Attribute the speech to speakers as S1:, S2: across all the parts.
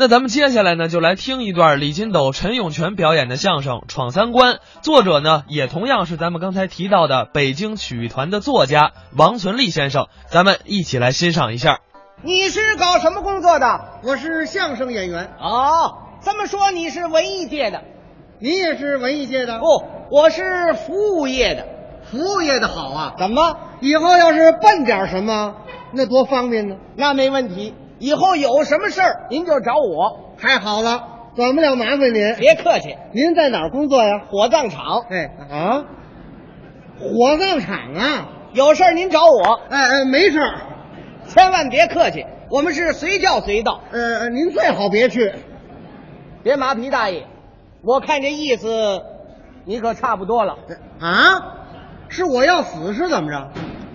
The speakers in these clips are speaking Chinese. S1: 那咱们接下来呢，就来听一段李金斗、陈永泉表演的相声《闯三关》，作者呢也同样是咱们刚才提到的北京曲艺团的作家王存利先生，咱们一起来欣赏一下。
S2: 你是搞什么工作的？
S3: 我是相声演员，
S2: 哦，这么说你是文艺界的？
S3: 你也是文艺界的，
S2: 不，我是服务业的。
S3: 服务业的好啊。
S2: 怎么？
S3: 以后要是办点什么，那多方便呢。
S2: 那没问题。以后有什么事儿您就找我，
S3: 太好了，管不了麻烦您。
S2: 别客气。
S3: 您在哪儿工作呀？
S2: 火葬场
S3: 哎啊，火葬场啊。
S2: 有事儿您找我，
S3: 哎哎，没事儿。
S2: 千万别客气。我们是随叫随到，
S3: 呃，您最好别去。
S2: 别麻皮大意。我看这意思，你可差不多了。
S3: 啊，是我要死是怎么着？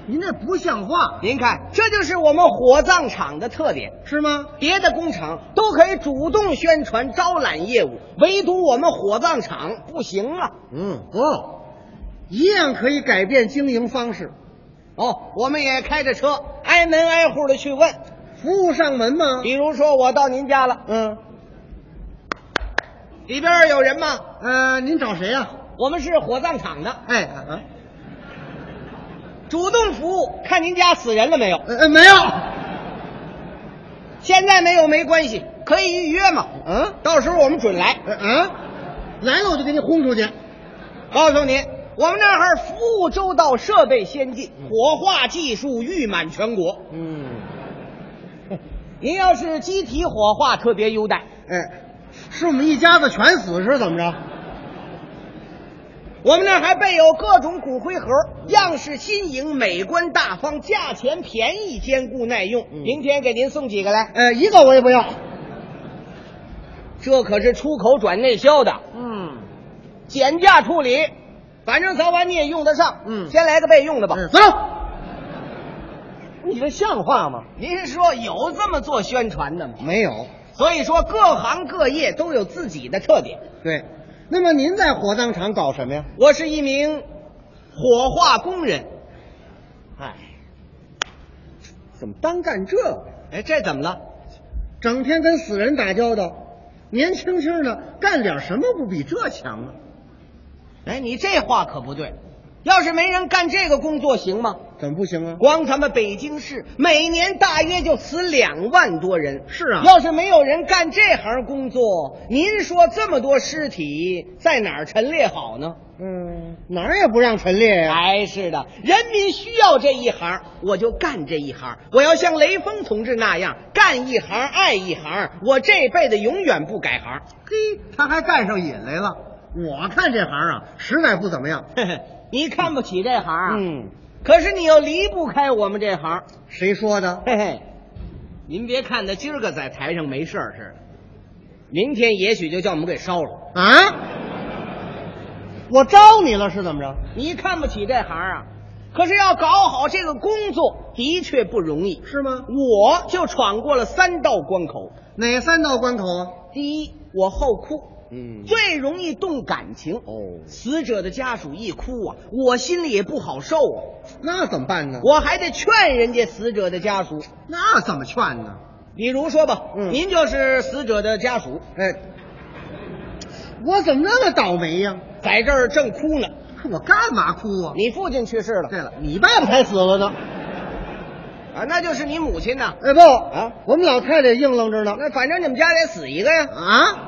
S3: 您这不像话
S2: 您看，这就是我们火葬场的特点。
S3: 是吗？
S2: 别的工厂都可以主动宣传招揽业务，唯独我们火葬场不行啊！
S3: 嗯，哦，一样可以改变经营方式，
S2: 哦，我们也开着车，挨门挨户的去问。
S3: 服务上门吗？
S2: 比如说，我到您家了，
S3: 嗯，
S2: 里边有人吗？
S3: 呃，您找谁呀、
S2: 我们是火葬场的，
S3: 哎啊，
S2: 主动服务，看您家死人了没有？
S3: 呃呃，没有，
S2: 现在没有没关系，可以预约嘛。
S3: 嗯
S2: 到时候我们准来。
S3: 呃啊，来了我就给你轰出去。
S2: 告诉您，我们那儿服务周到，设备先进，火化技术誉满全国。
S3: 嗯，
S2: 您要是机体火化，特别优待。
S3: 哎，是我们一家子全死是怎么着？
S2: 我们那儿还备有各种骨灰盒，样式新颖，美观大方，价钱便宜，坚固耐用。
S3: 嗯
S2: 明天给您送几个来，
S3: 呃，一个我也不要。
S2: 这可是出口转内销的，
S3: 嗯，
S2: 减价处理，反正早晚你也用得上。
S3: 嗯
S2: 先来个备用的吧。
S3: 走。
S2: 你这像话吗？您说有这么做宣传的吗？
S3: 没有，
S2: 所以说，各行各业都有自己的特点。
S3: 对。那么您在火葬场搞什么呀？
S2: 我是一名火化工人。哎，
S3: 怎么单干这个？
S2: 哎，这怎么了？
S3: 整天跟死人打交道，年轻轻的干点什么不比这强啊？
S2: 哎，你这话可不对。要是没人干这个工作，行吗？
S3: 怎么不行啊？
S2: 光咱们北京市每年大约就死两万多人。
S3: 是啊
S2: 要是没有人干这行工作，您说这么多尸体在哪儿陈列好呢？
S3: 嗯，啊哪儿也不让陈列呀、
S2: 哎，是的，人民需要这一行，我就干这一行。我要像雷锋同志那样干一行爱一行，我这辈子永远不改行。
S3: 嘿，他还干上瘾来了。我看这行啊，实在不怎么样。
S2: 你看不起这行啊，
S3: 嗯，
S2: 可是你又离不开我们这行。
S3: 谁说的？
S2: 嘿嘿，您别看他今儿个在台上没事儿似的，明天也许就叫我们给烧了。
S3: 啊？我招你了是怎么着？
S2: 你看不起这行啊，可是要搞好这个工作的确不容易。
S3: 是吗？
S2: 我就闯过了三道关口。
S3: 哪三道关口啊？
S2: 第一，我好哭，
S3: 嗯
S2: 最容易动感情。
S3: 哦
S2: 死者的家属一哭啊，我心里也不好受啊，
S3: 那怎么办呢？
S2: 我还得劝人家死者的家属。
S3: 那怎么劝呢？
S2: 比如说吧，
S3: 嗯
S2: 您就是死者的家属，
S3: 哎，我怎么那么倒霉呀、
S2: 在这儿正哭呢。
S3: 我干嘛哭啊？
S2: 你父亲去世了，
S3: 对了，你爸爸才死了呢。
S2: 啊，那就是你母亲呐。
S3: 哎不
S2: 啊
S3: 我们老太太硬愣着呢。
S2: 那反正你们家得死一个呀。
S3: 啊，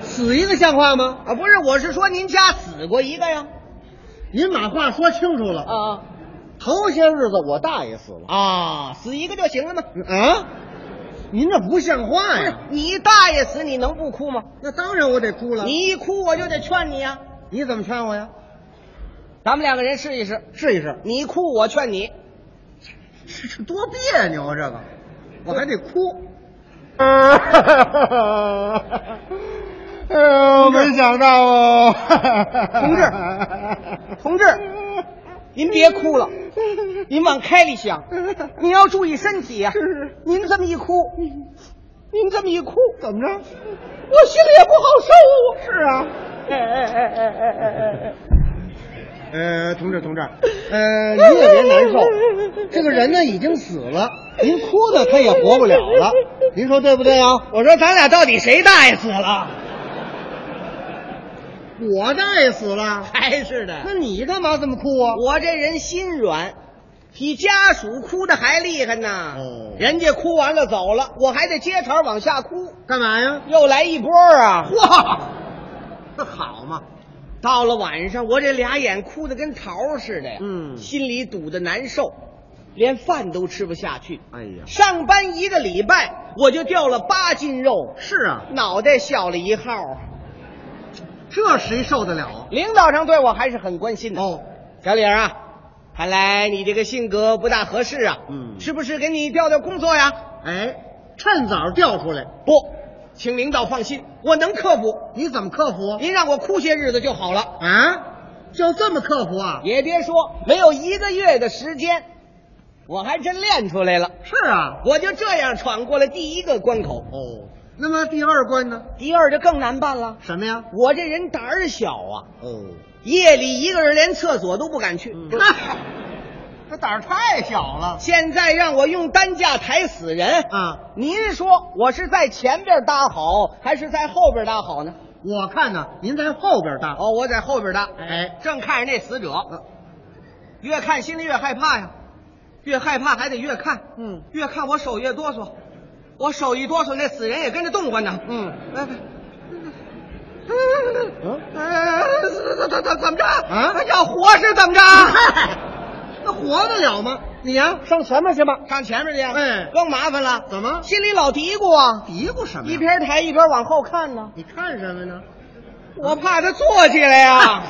S3: 死一个像话吗？
S2: 啊，不是，我是说您家死过一个呀。
S3: 您把话说清楚了。
S2: 啊
S3: 头些日子我大爷死了
S2: 啊，死一个就行了吗？
S3: 啊！哎您这不像话
S2: 不是
S3: 呀！
S2: 你大爷死，你能不哭吗？
S3: 那当然我得哭了。
S2: 你一哭我就得劝你呀、
S3: 你怎么劝我呀？
S2: 咱们两个人试一试，
S3: 试一试，
S2: 你哭我劝你。
S3: 这这多别扭啊！这个哎我还得 哭。
S4: 呃，我没想到 哦，
S2: 同志同志，您别哭了，您往开里想，您要注意身体呀、您这么一哭，您这么一哭，怎么着？我心里也不好受啊。是啊。哎哎哎哎哎哎哎！
S3: 呃，同志同志，呃，您也别难受，这个人呢已经死了，您哭的他也活不了了，您说对不对啊？
S2: 我说咱俩到底谁大爷死了？
S3: 我大爷死了，
S2: 还是的
S3: 那你干嘛这么哭啊？
S2: 我这人心软，比家属哭的还厉害呢。
S3: 哦
S2: 人家哭完了走了，我还得接茬往下哭，
S3: 干嘛呀？
S2: 又来一波啊！
S3: 哇，这好嘛，
S2: 到了晚上，我这俩眼哭的跟桃儿似的呀，
S3: 嗯
S2: 心里堵得难受，连饭都吃不下去。
S3: 哎呀，
S2: 上班一个礼拜，我就掉了八斤肉，
S3: 是啊，
S2: 脑袋小了一号。
S3: 这谁受得了？
S2: 领导上对我还是很关心的。
S3: 哦，
S2: 小李儿啊，看来你这个性格不大合适啊。
S3: 嗯
S2: 是不是给你调调工作呀？
S3: 哎，趁早调出来，
S2: 不，请领导放心，我能克服。
S3: 你怎么克服
S2: 您让我哭些日子就好了。
S3: 啊？就这么克服啊？
S2: 也别说，没有一个月的时间，我还真练出来了。
S3: 是啊，
S2: 我就这样闯过了第一个关口，
S3: 哦，那么第二关呢？
S2: 第二就更难办了。
S3: 什么呀？
S2: 我这人胆儿小啊，
S3: 哦，
S2: 夜里一个人连厕所都不敢去。
S3: 嗯 这胆儿太小了
S2: 现在让我用担架抬死人，
S3: 啊！
S2: 您说我是在前边搭好，还是在后边搭好呢？
S3: 我看呢，您在后边搭。
S2: 哦，我在后边搭，
S3: 哎，
S2: 正看着那死
S3: 嗯
S2: 者，越看心里越害怕呀，越害怕还得越看，
S3: 嗯，
S2: 越看我手越哆嗦，我手一哆嗦，那死人也跟着动唤呢。
S3: 嗯
S2: 哎，
S3: 嗯
S2: 哎，怎怎怎怎么着？
S3: 啊
S2: 要活是 怎么着？
S3: 那活得了吗？你呀、上前面去吧。
S2: 上前面去，
S3: 哎
S2: 更麻烦了。
S3: 怎么
S2: 心里老嘀咕啊，
S3: 嘀咕什么呀？
S2: 一边抬一边往后看呢，
S3: 你看什么呢？嗯
S2: 我怕他坐起来呀、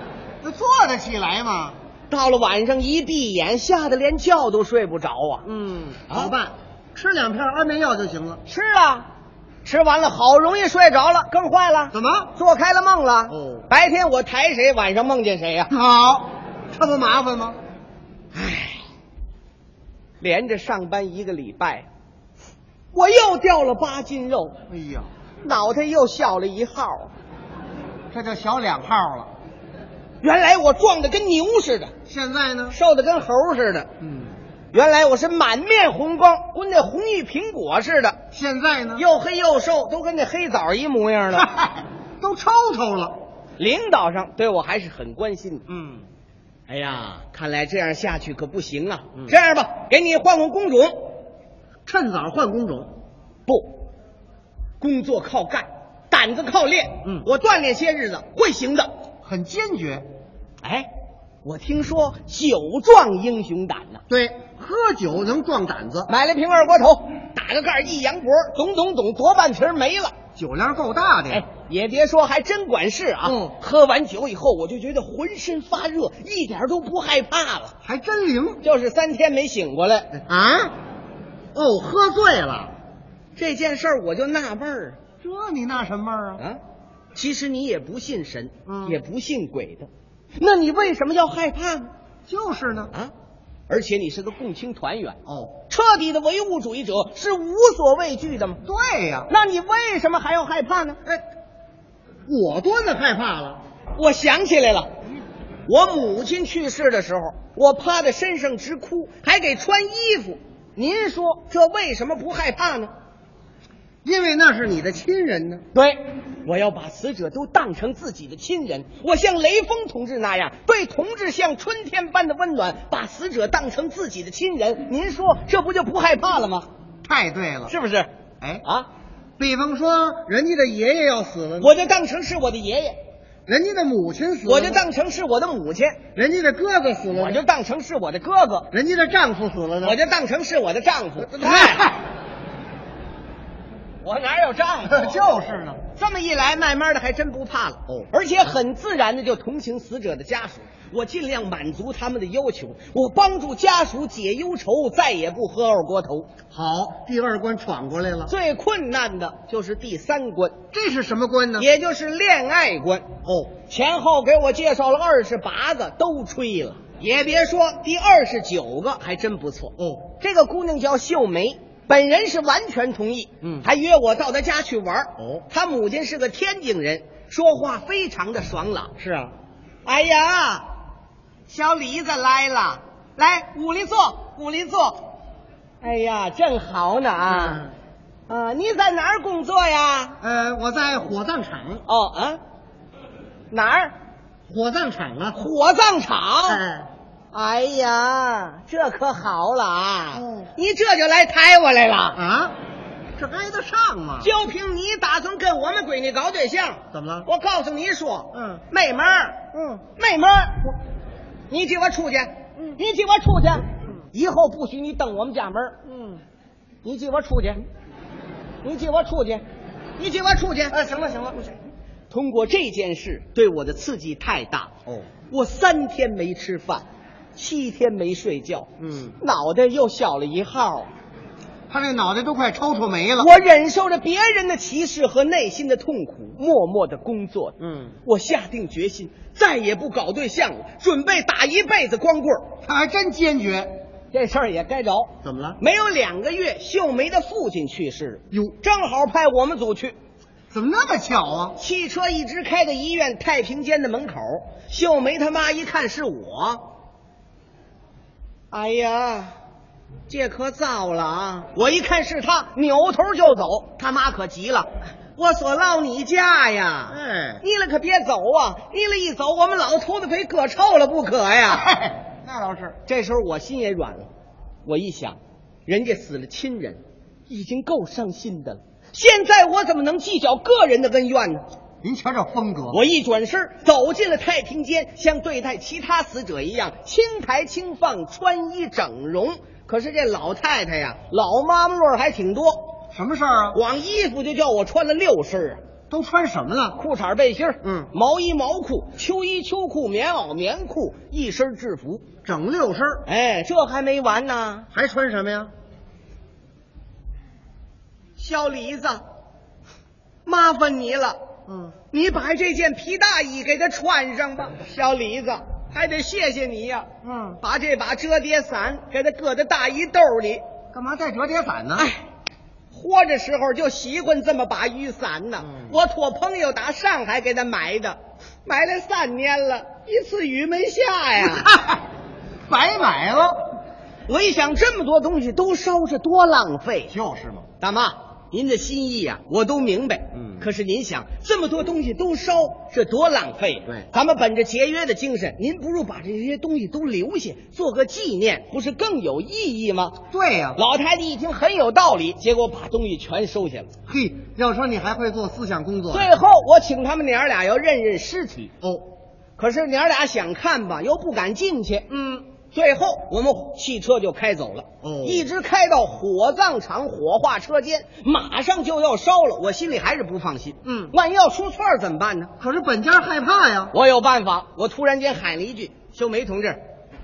S3: 那坐得起来吗？
S2: 到了晚上一闭眼，吓得连觉都睡不着啊。
S3: 嗯，
S2: 啊
S3: 好办，吃两片安眠药就行了。
S2: 吃啊，吃完了好容易睡着了，更坏了，
S3: 怎么？
S2: 做开了梦了。
S3: 嗯哦
S2: 白天我抬谁，晚上梦见谁呀、
S3: 好，这不麻烦吗？
S2: 连着上班一个礼拜，我又掉了八斤肉，
S3: 哎呀，
S2: 脑袋又小了一号。
S3: 这就小两号了。
S2: 原来我壮的跟牛似的，
S3: 现在呢？
S2: 瘦的跟猴似的。
S3: 嗯，
S2: 原来我是满面红光，跟那红玉苹果似的，
S3: 现在呢？
S2: 又黑又瘦，都跟那黑枣一模样了。
S3: 都抽抽了。
S2: 领导上对我还是很关心的。
S3: 嗯，
S2: 哎呀，看来这样下去可不行啊！
S3: 嗯
S2: 这样吧，给你换换工种，
S3: 趁早换工种。
S2: 不，工作靠干，胆子靠练。
S3: 嗯
S2: 我锻炼些日子会行的。
S3: 很坚决。
S2: 哎，我听说酒壮英雄胆呐、
S3: 对，喝酒能壮胆子，
S2: 买了瓶二锅头，打个盖儿一扬脖，咚咚咚多半瓶儿没了。
S3: 酒量够大的
S2: 哎
S3: 呀。，
S2: 也别说，还真管事啊！
S3: 嗯
S2: 喝完酒以后，我就觉得浑身发热，一点都不害怕了。
S3: 还真灵
S2: 就是三天没醒过来，
S3: 啊！哦，喝醉了，
S2: 这件事儿我就纳闷儿啊。
S3: 这你纳什么闷儿啊？
S2: 啊，其实你也不信神，
S3: 嗯
S2: 也不信鬼的，那你为什么要害怕呢？
S3: 就是呢。
S2: 啊，而且你是个共青团员，
S3: 哦，
S2: 彻底的唯物主义者，是无所畏惧的吗？
S3: 对呀、
S2: 那你为什么还要害怕呢？
S3: 哎，我多的害怕了。
S2: 我想起来了，我母亲去世的时候，我趴在身上直哭，还给穿衣服。您说这为什么不害怕呢？
S3: 因为那是你的亲人呢。
S2: 对，我要把死者都当成自己的亲人，我像雷锋同志那样对同志像春天般的温暖，把死者当成自己的亲人。您说这不就不害怕了吗？
S3: 太对了，
S2: 是不是？
S3: 哎，
S2: 啊，
S3: 比方说人家的爷爷要死了呢，
S2: 我就当成是我的爷爷，
S3: 人家的母亲死了呢，
S2: 我就当成是我的母亲，
S3: 人家的哥哥死了呢，
S2: 我就当成是我的哥哥，
S3: 人家的丈夫死了呢，
S2: 我就当成是我的丈夫。哎嗨，
S3: 嗨，
S2: 我哪有丈夫？
S3: 就是呢。
S2: 这么一来，慢慢的还真不怕了。
S3: 哦
S2: 而且很自然的就同情死者的家属，我尽量满足他们的要求，我帮助家属解忧愁，再也不喝二锅头。
S3: 好，第二关闯过来了，
S2: 最困难的就是第三关，
S3: 这是什么关呢？
S2: 也就是恋爱关。
S3: 哦，
S2: 前后给我介绍了二十八个，都吹了。也别说第二十九个还真不错
S3: 哦。
S2: 这个姑娘叫秀梅，本人是完全同意，
S3: 嗯
S2: 还约我到她家去玩儿
S3: 哦
S2: 她母亲是个天津人，说话非常的爽朗。
S3: 是啊，
S2: 哎呀，小李子来了，来，屋里坐，屋里坐。哎呀，正好呢啊！啊，你在哪儿工作呀？
S3: 呃，我在火葬场，
S2: 哦啊，哪儿？
S3: 火葬场啊，
S2: 火葬场。
S3: 哎
S2: 哎呀，这可好了啊！
S3: 嗯
S2: 你这就来抬我来了，
S3: 啊，这挨得上吗？
S2: 就凭你打算跟我们闺女搞对象，
S3: 怎么了？
S2: 我告诉你说，
S3: 嗯
S2: 妹妹儿，
S3: 嗯，
S2: 妹妹儿，你替我出去，你替我出去，以后不许你登我们家门儿，
S3: 嗯，
S2: 你替我出去，你替我出去，你替我出去。
S3: 呃
S2: 啊，行了行了，通过这件事对我的刺激太大，
S3: 哦，
S2: 我三天没吃饭，七天没睡觉，
S3: 嗯，
S2: 脑袋又小了一号。
S3: 他这脑袋都快抽抽没了。
S2: 我忍受着别人的歧视和内心的痛苦，默默的工作。
S3: 嗯，
S2: 我下定决心，再也不搞对象了，准备打一辈子光棍儿。
S3: 他还真坚决。
S2: 这事儿也该着。
S3: 怎么了？
S2: 没有两个月，秀梅的父亲去世了，
S3: 哟，
S2: 正好派我们组去。
S3: 怎么那么巧啊？
S2: 汽车一直开到医院太平间的门口，秀梅她妈一看是我，哎呀，这可糟了啊！我一看是他，扭头就走，他妈可急了，我所落你家呀！
S3: 哎
S2: 你了可别走啊！你了一走，我们老头子腿搁臭了不可呀！
S3: 哎，那倒是。
S2: 这时候我心也软了，我一想，人家死了亲人，已经够伤心的了，现在我怎么能计较个人的恩怨呢？
S3: 您瞧这风格，
S2: 我一转身走进了太平间，像对待其他死者一样轻抬轻放，穿衣整容。可是这老太太呀，老妈妈味儿还挺多，
S3: 什么事儿啊？
S2: 光衣服就叫我穿了六身啊，
S3: 都穿什么了？
S2: 裤衩背心儿
S3: 嗯
S2: 毛衣毛裤、秋衣秋裤、棉袄棉裤，一身制服。
S3: 整六身儿，
S2: 哎，这还没完呢，
S3: 还穿什么呀？
S2: 小李子，麻烦你了。
S3: 嗯，
S2: 你把这件皮大衣给他穿上吧，小李子，还得谢谢你呀、
S3: 嗯，
S2: 把这把折叠伞给他搁在大衣兜里。
S3: 干嘛带折叠伞呢？
S2: 哎，活着时候就习惯这么把雨伞呢。
S3: 嗯
S2: 我托朋友打上海给他买的，买了三年了，一次雨没下呀。
S3: 白买了。
S2: 我一想，这么多东西都烧着，多浪费。
S3: 就是嘛。
S2: 大妈。您的心意呀、我都明白。
S3: 嗯
S2: 可是您想，这么多东西都烧，这多浪费。啊
S3: 对
S2: 咱们本着节约的精神，您不如把这些东西都留下，做个纪念，不是更有意义吗？
S3: 对呀、
S2: 老太太一听很有道理，结果把东西全收下了。
S3: 嘿，要说你还会做思想工作呢，
S2: 最后，我请他们娘儿俩要认认尸体。
S3: 哦，
S2: 可是娘儿俩想看吧，又不敢进去。嗯，最后我们汽车就开走了。
S3: 哦
S2: 一直开到火葬场火化车间，马上就要烧了，我心里还是不放心。
S3: 嗯
S2: 万一要出错儿怎么办呢？
S3: 可是本家害怕呀。
S2: 我有办法。我突然间喊了一句：“秀梅同志，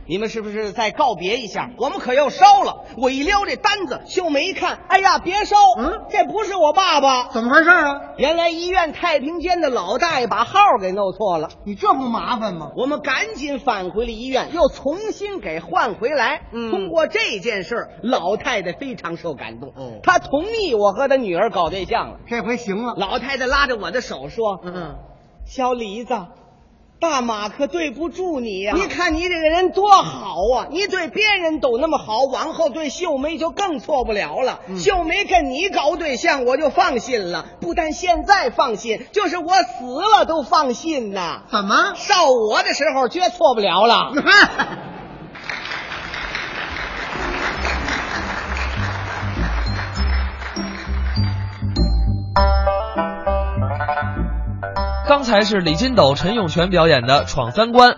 S2: 你们是不是再告别一下？我们可要烧了！”我一撩这单子，秀梅一看，哎呀，别烧！
S3: 嗯
S2: 这不是我爸爸。
S3: 怎么回事啊？
S2: 原来医院太平间的老大爷把号给弄错了，
S3: 你这不麻烦吗？
S2: 我们赶紧返回了医院，又重新给换回来。
S3: 嗯
S2: 通过这件事儿，老太太非常受感动，
S3: 哦
S2: 她同意我和她女儿搞对象了。
S3: 这回行了。
S2: 老太太拉着我的手说：“
S3: 嗯，
S2: 小李子，大马可对不住你呀、
S3: 嗯
S2: 你看你这个人多好啊，你对别人都那么好，往后对秀梅就更错不了了。
S3: 嗯
S2: 秀梅跟你搞对象，我就放心了。不但现在放心，就是我死了都放心呐。
S3: 怎么？
S2: 烧我的时候绝错不了了。
S1: 刚才是李金斗、陈永泉表演的《闯三关》。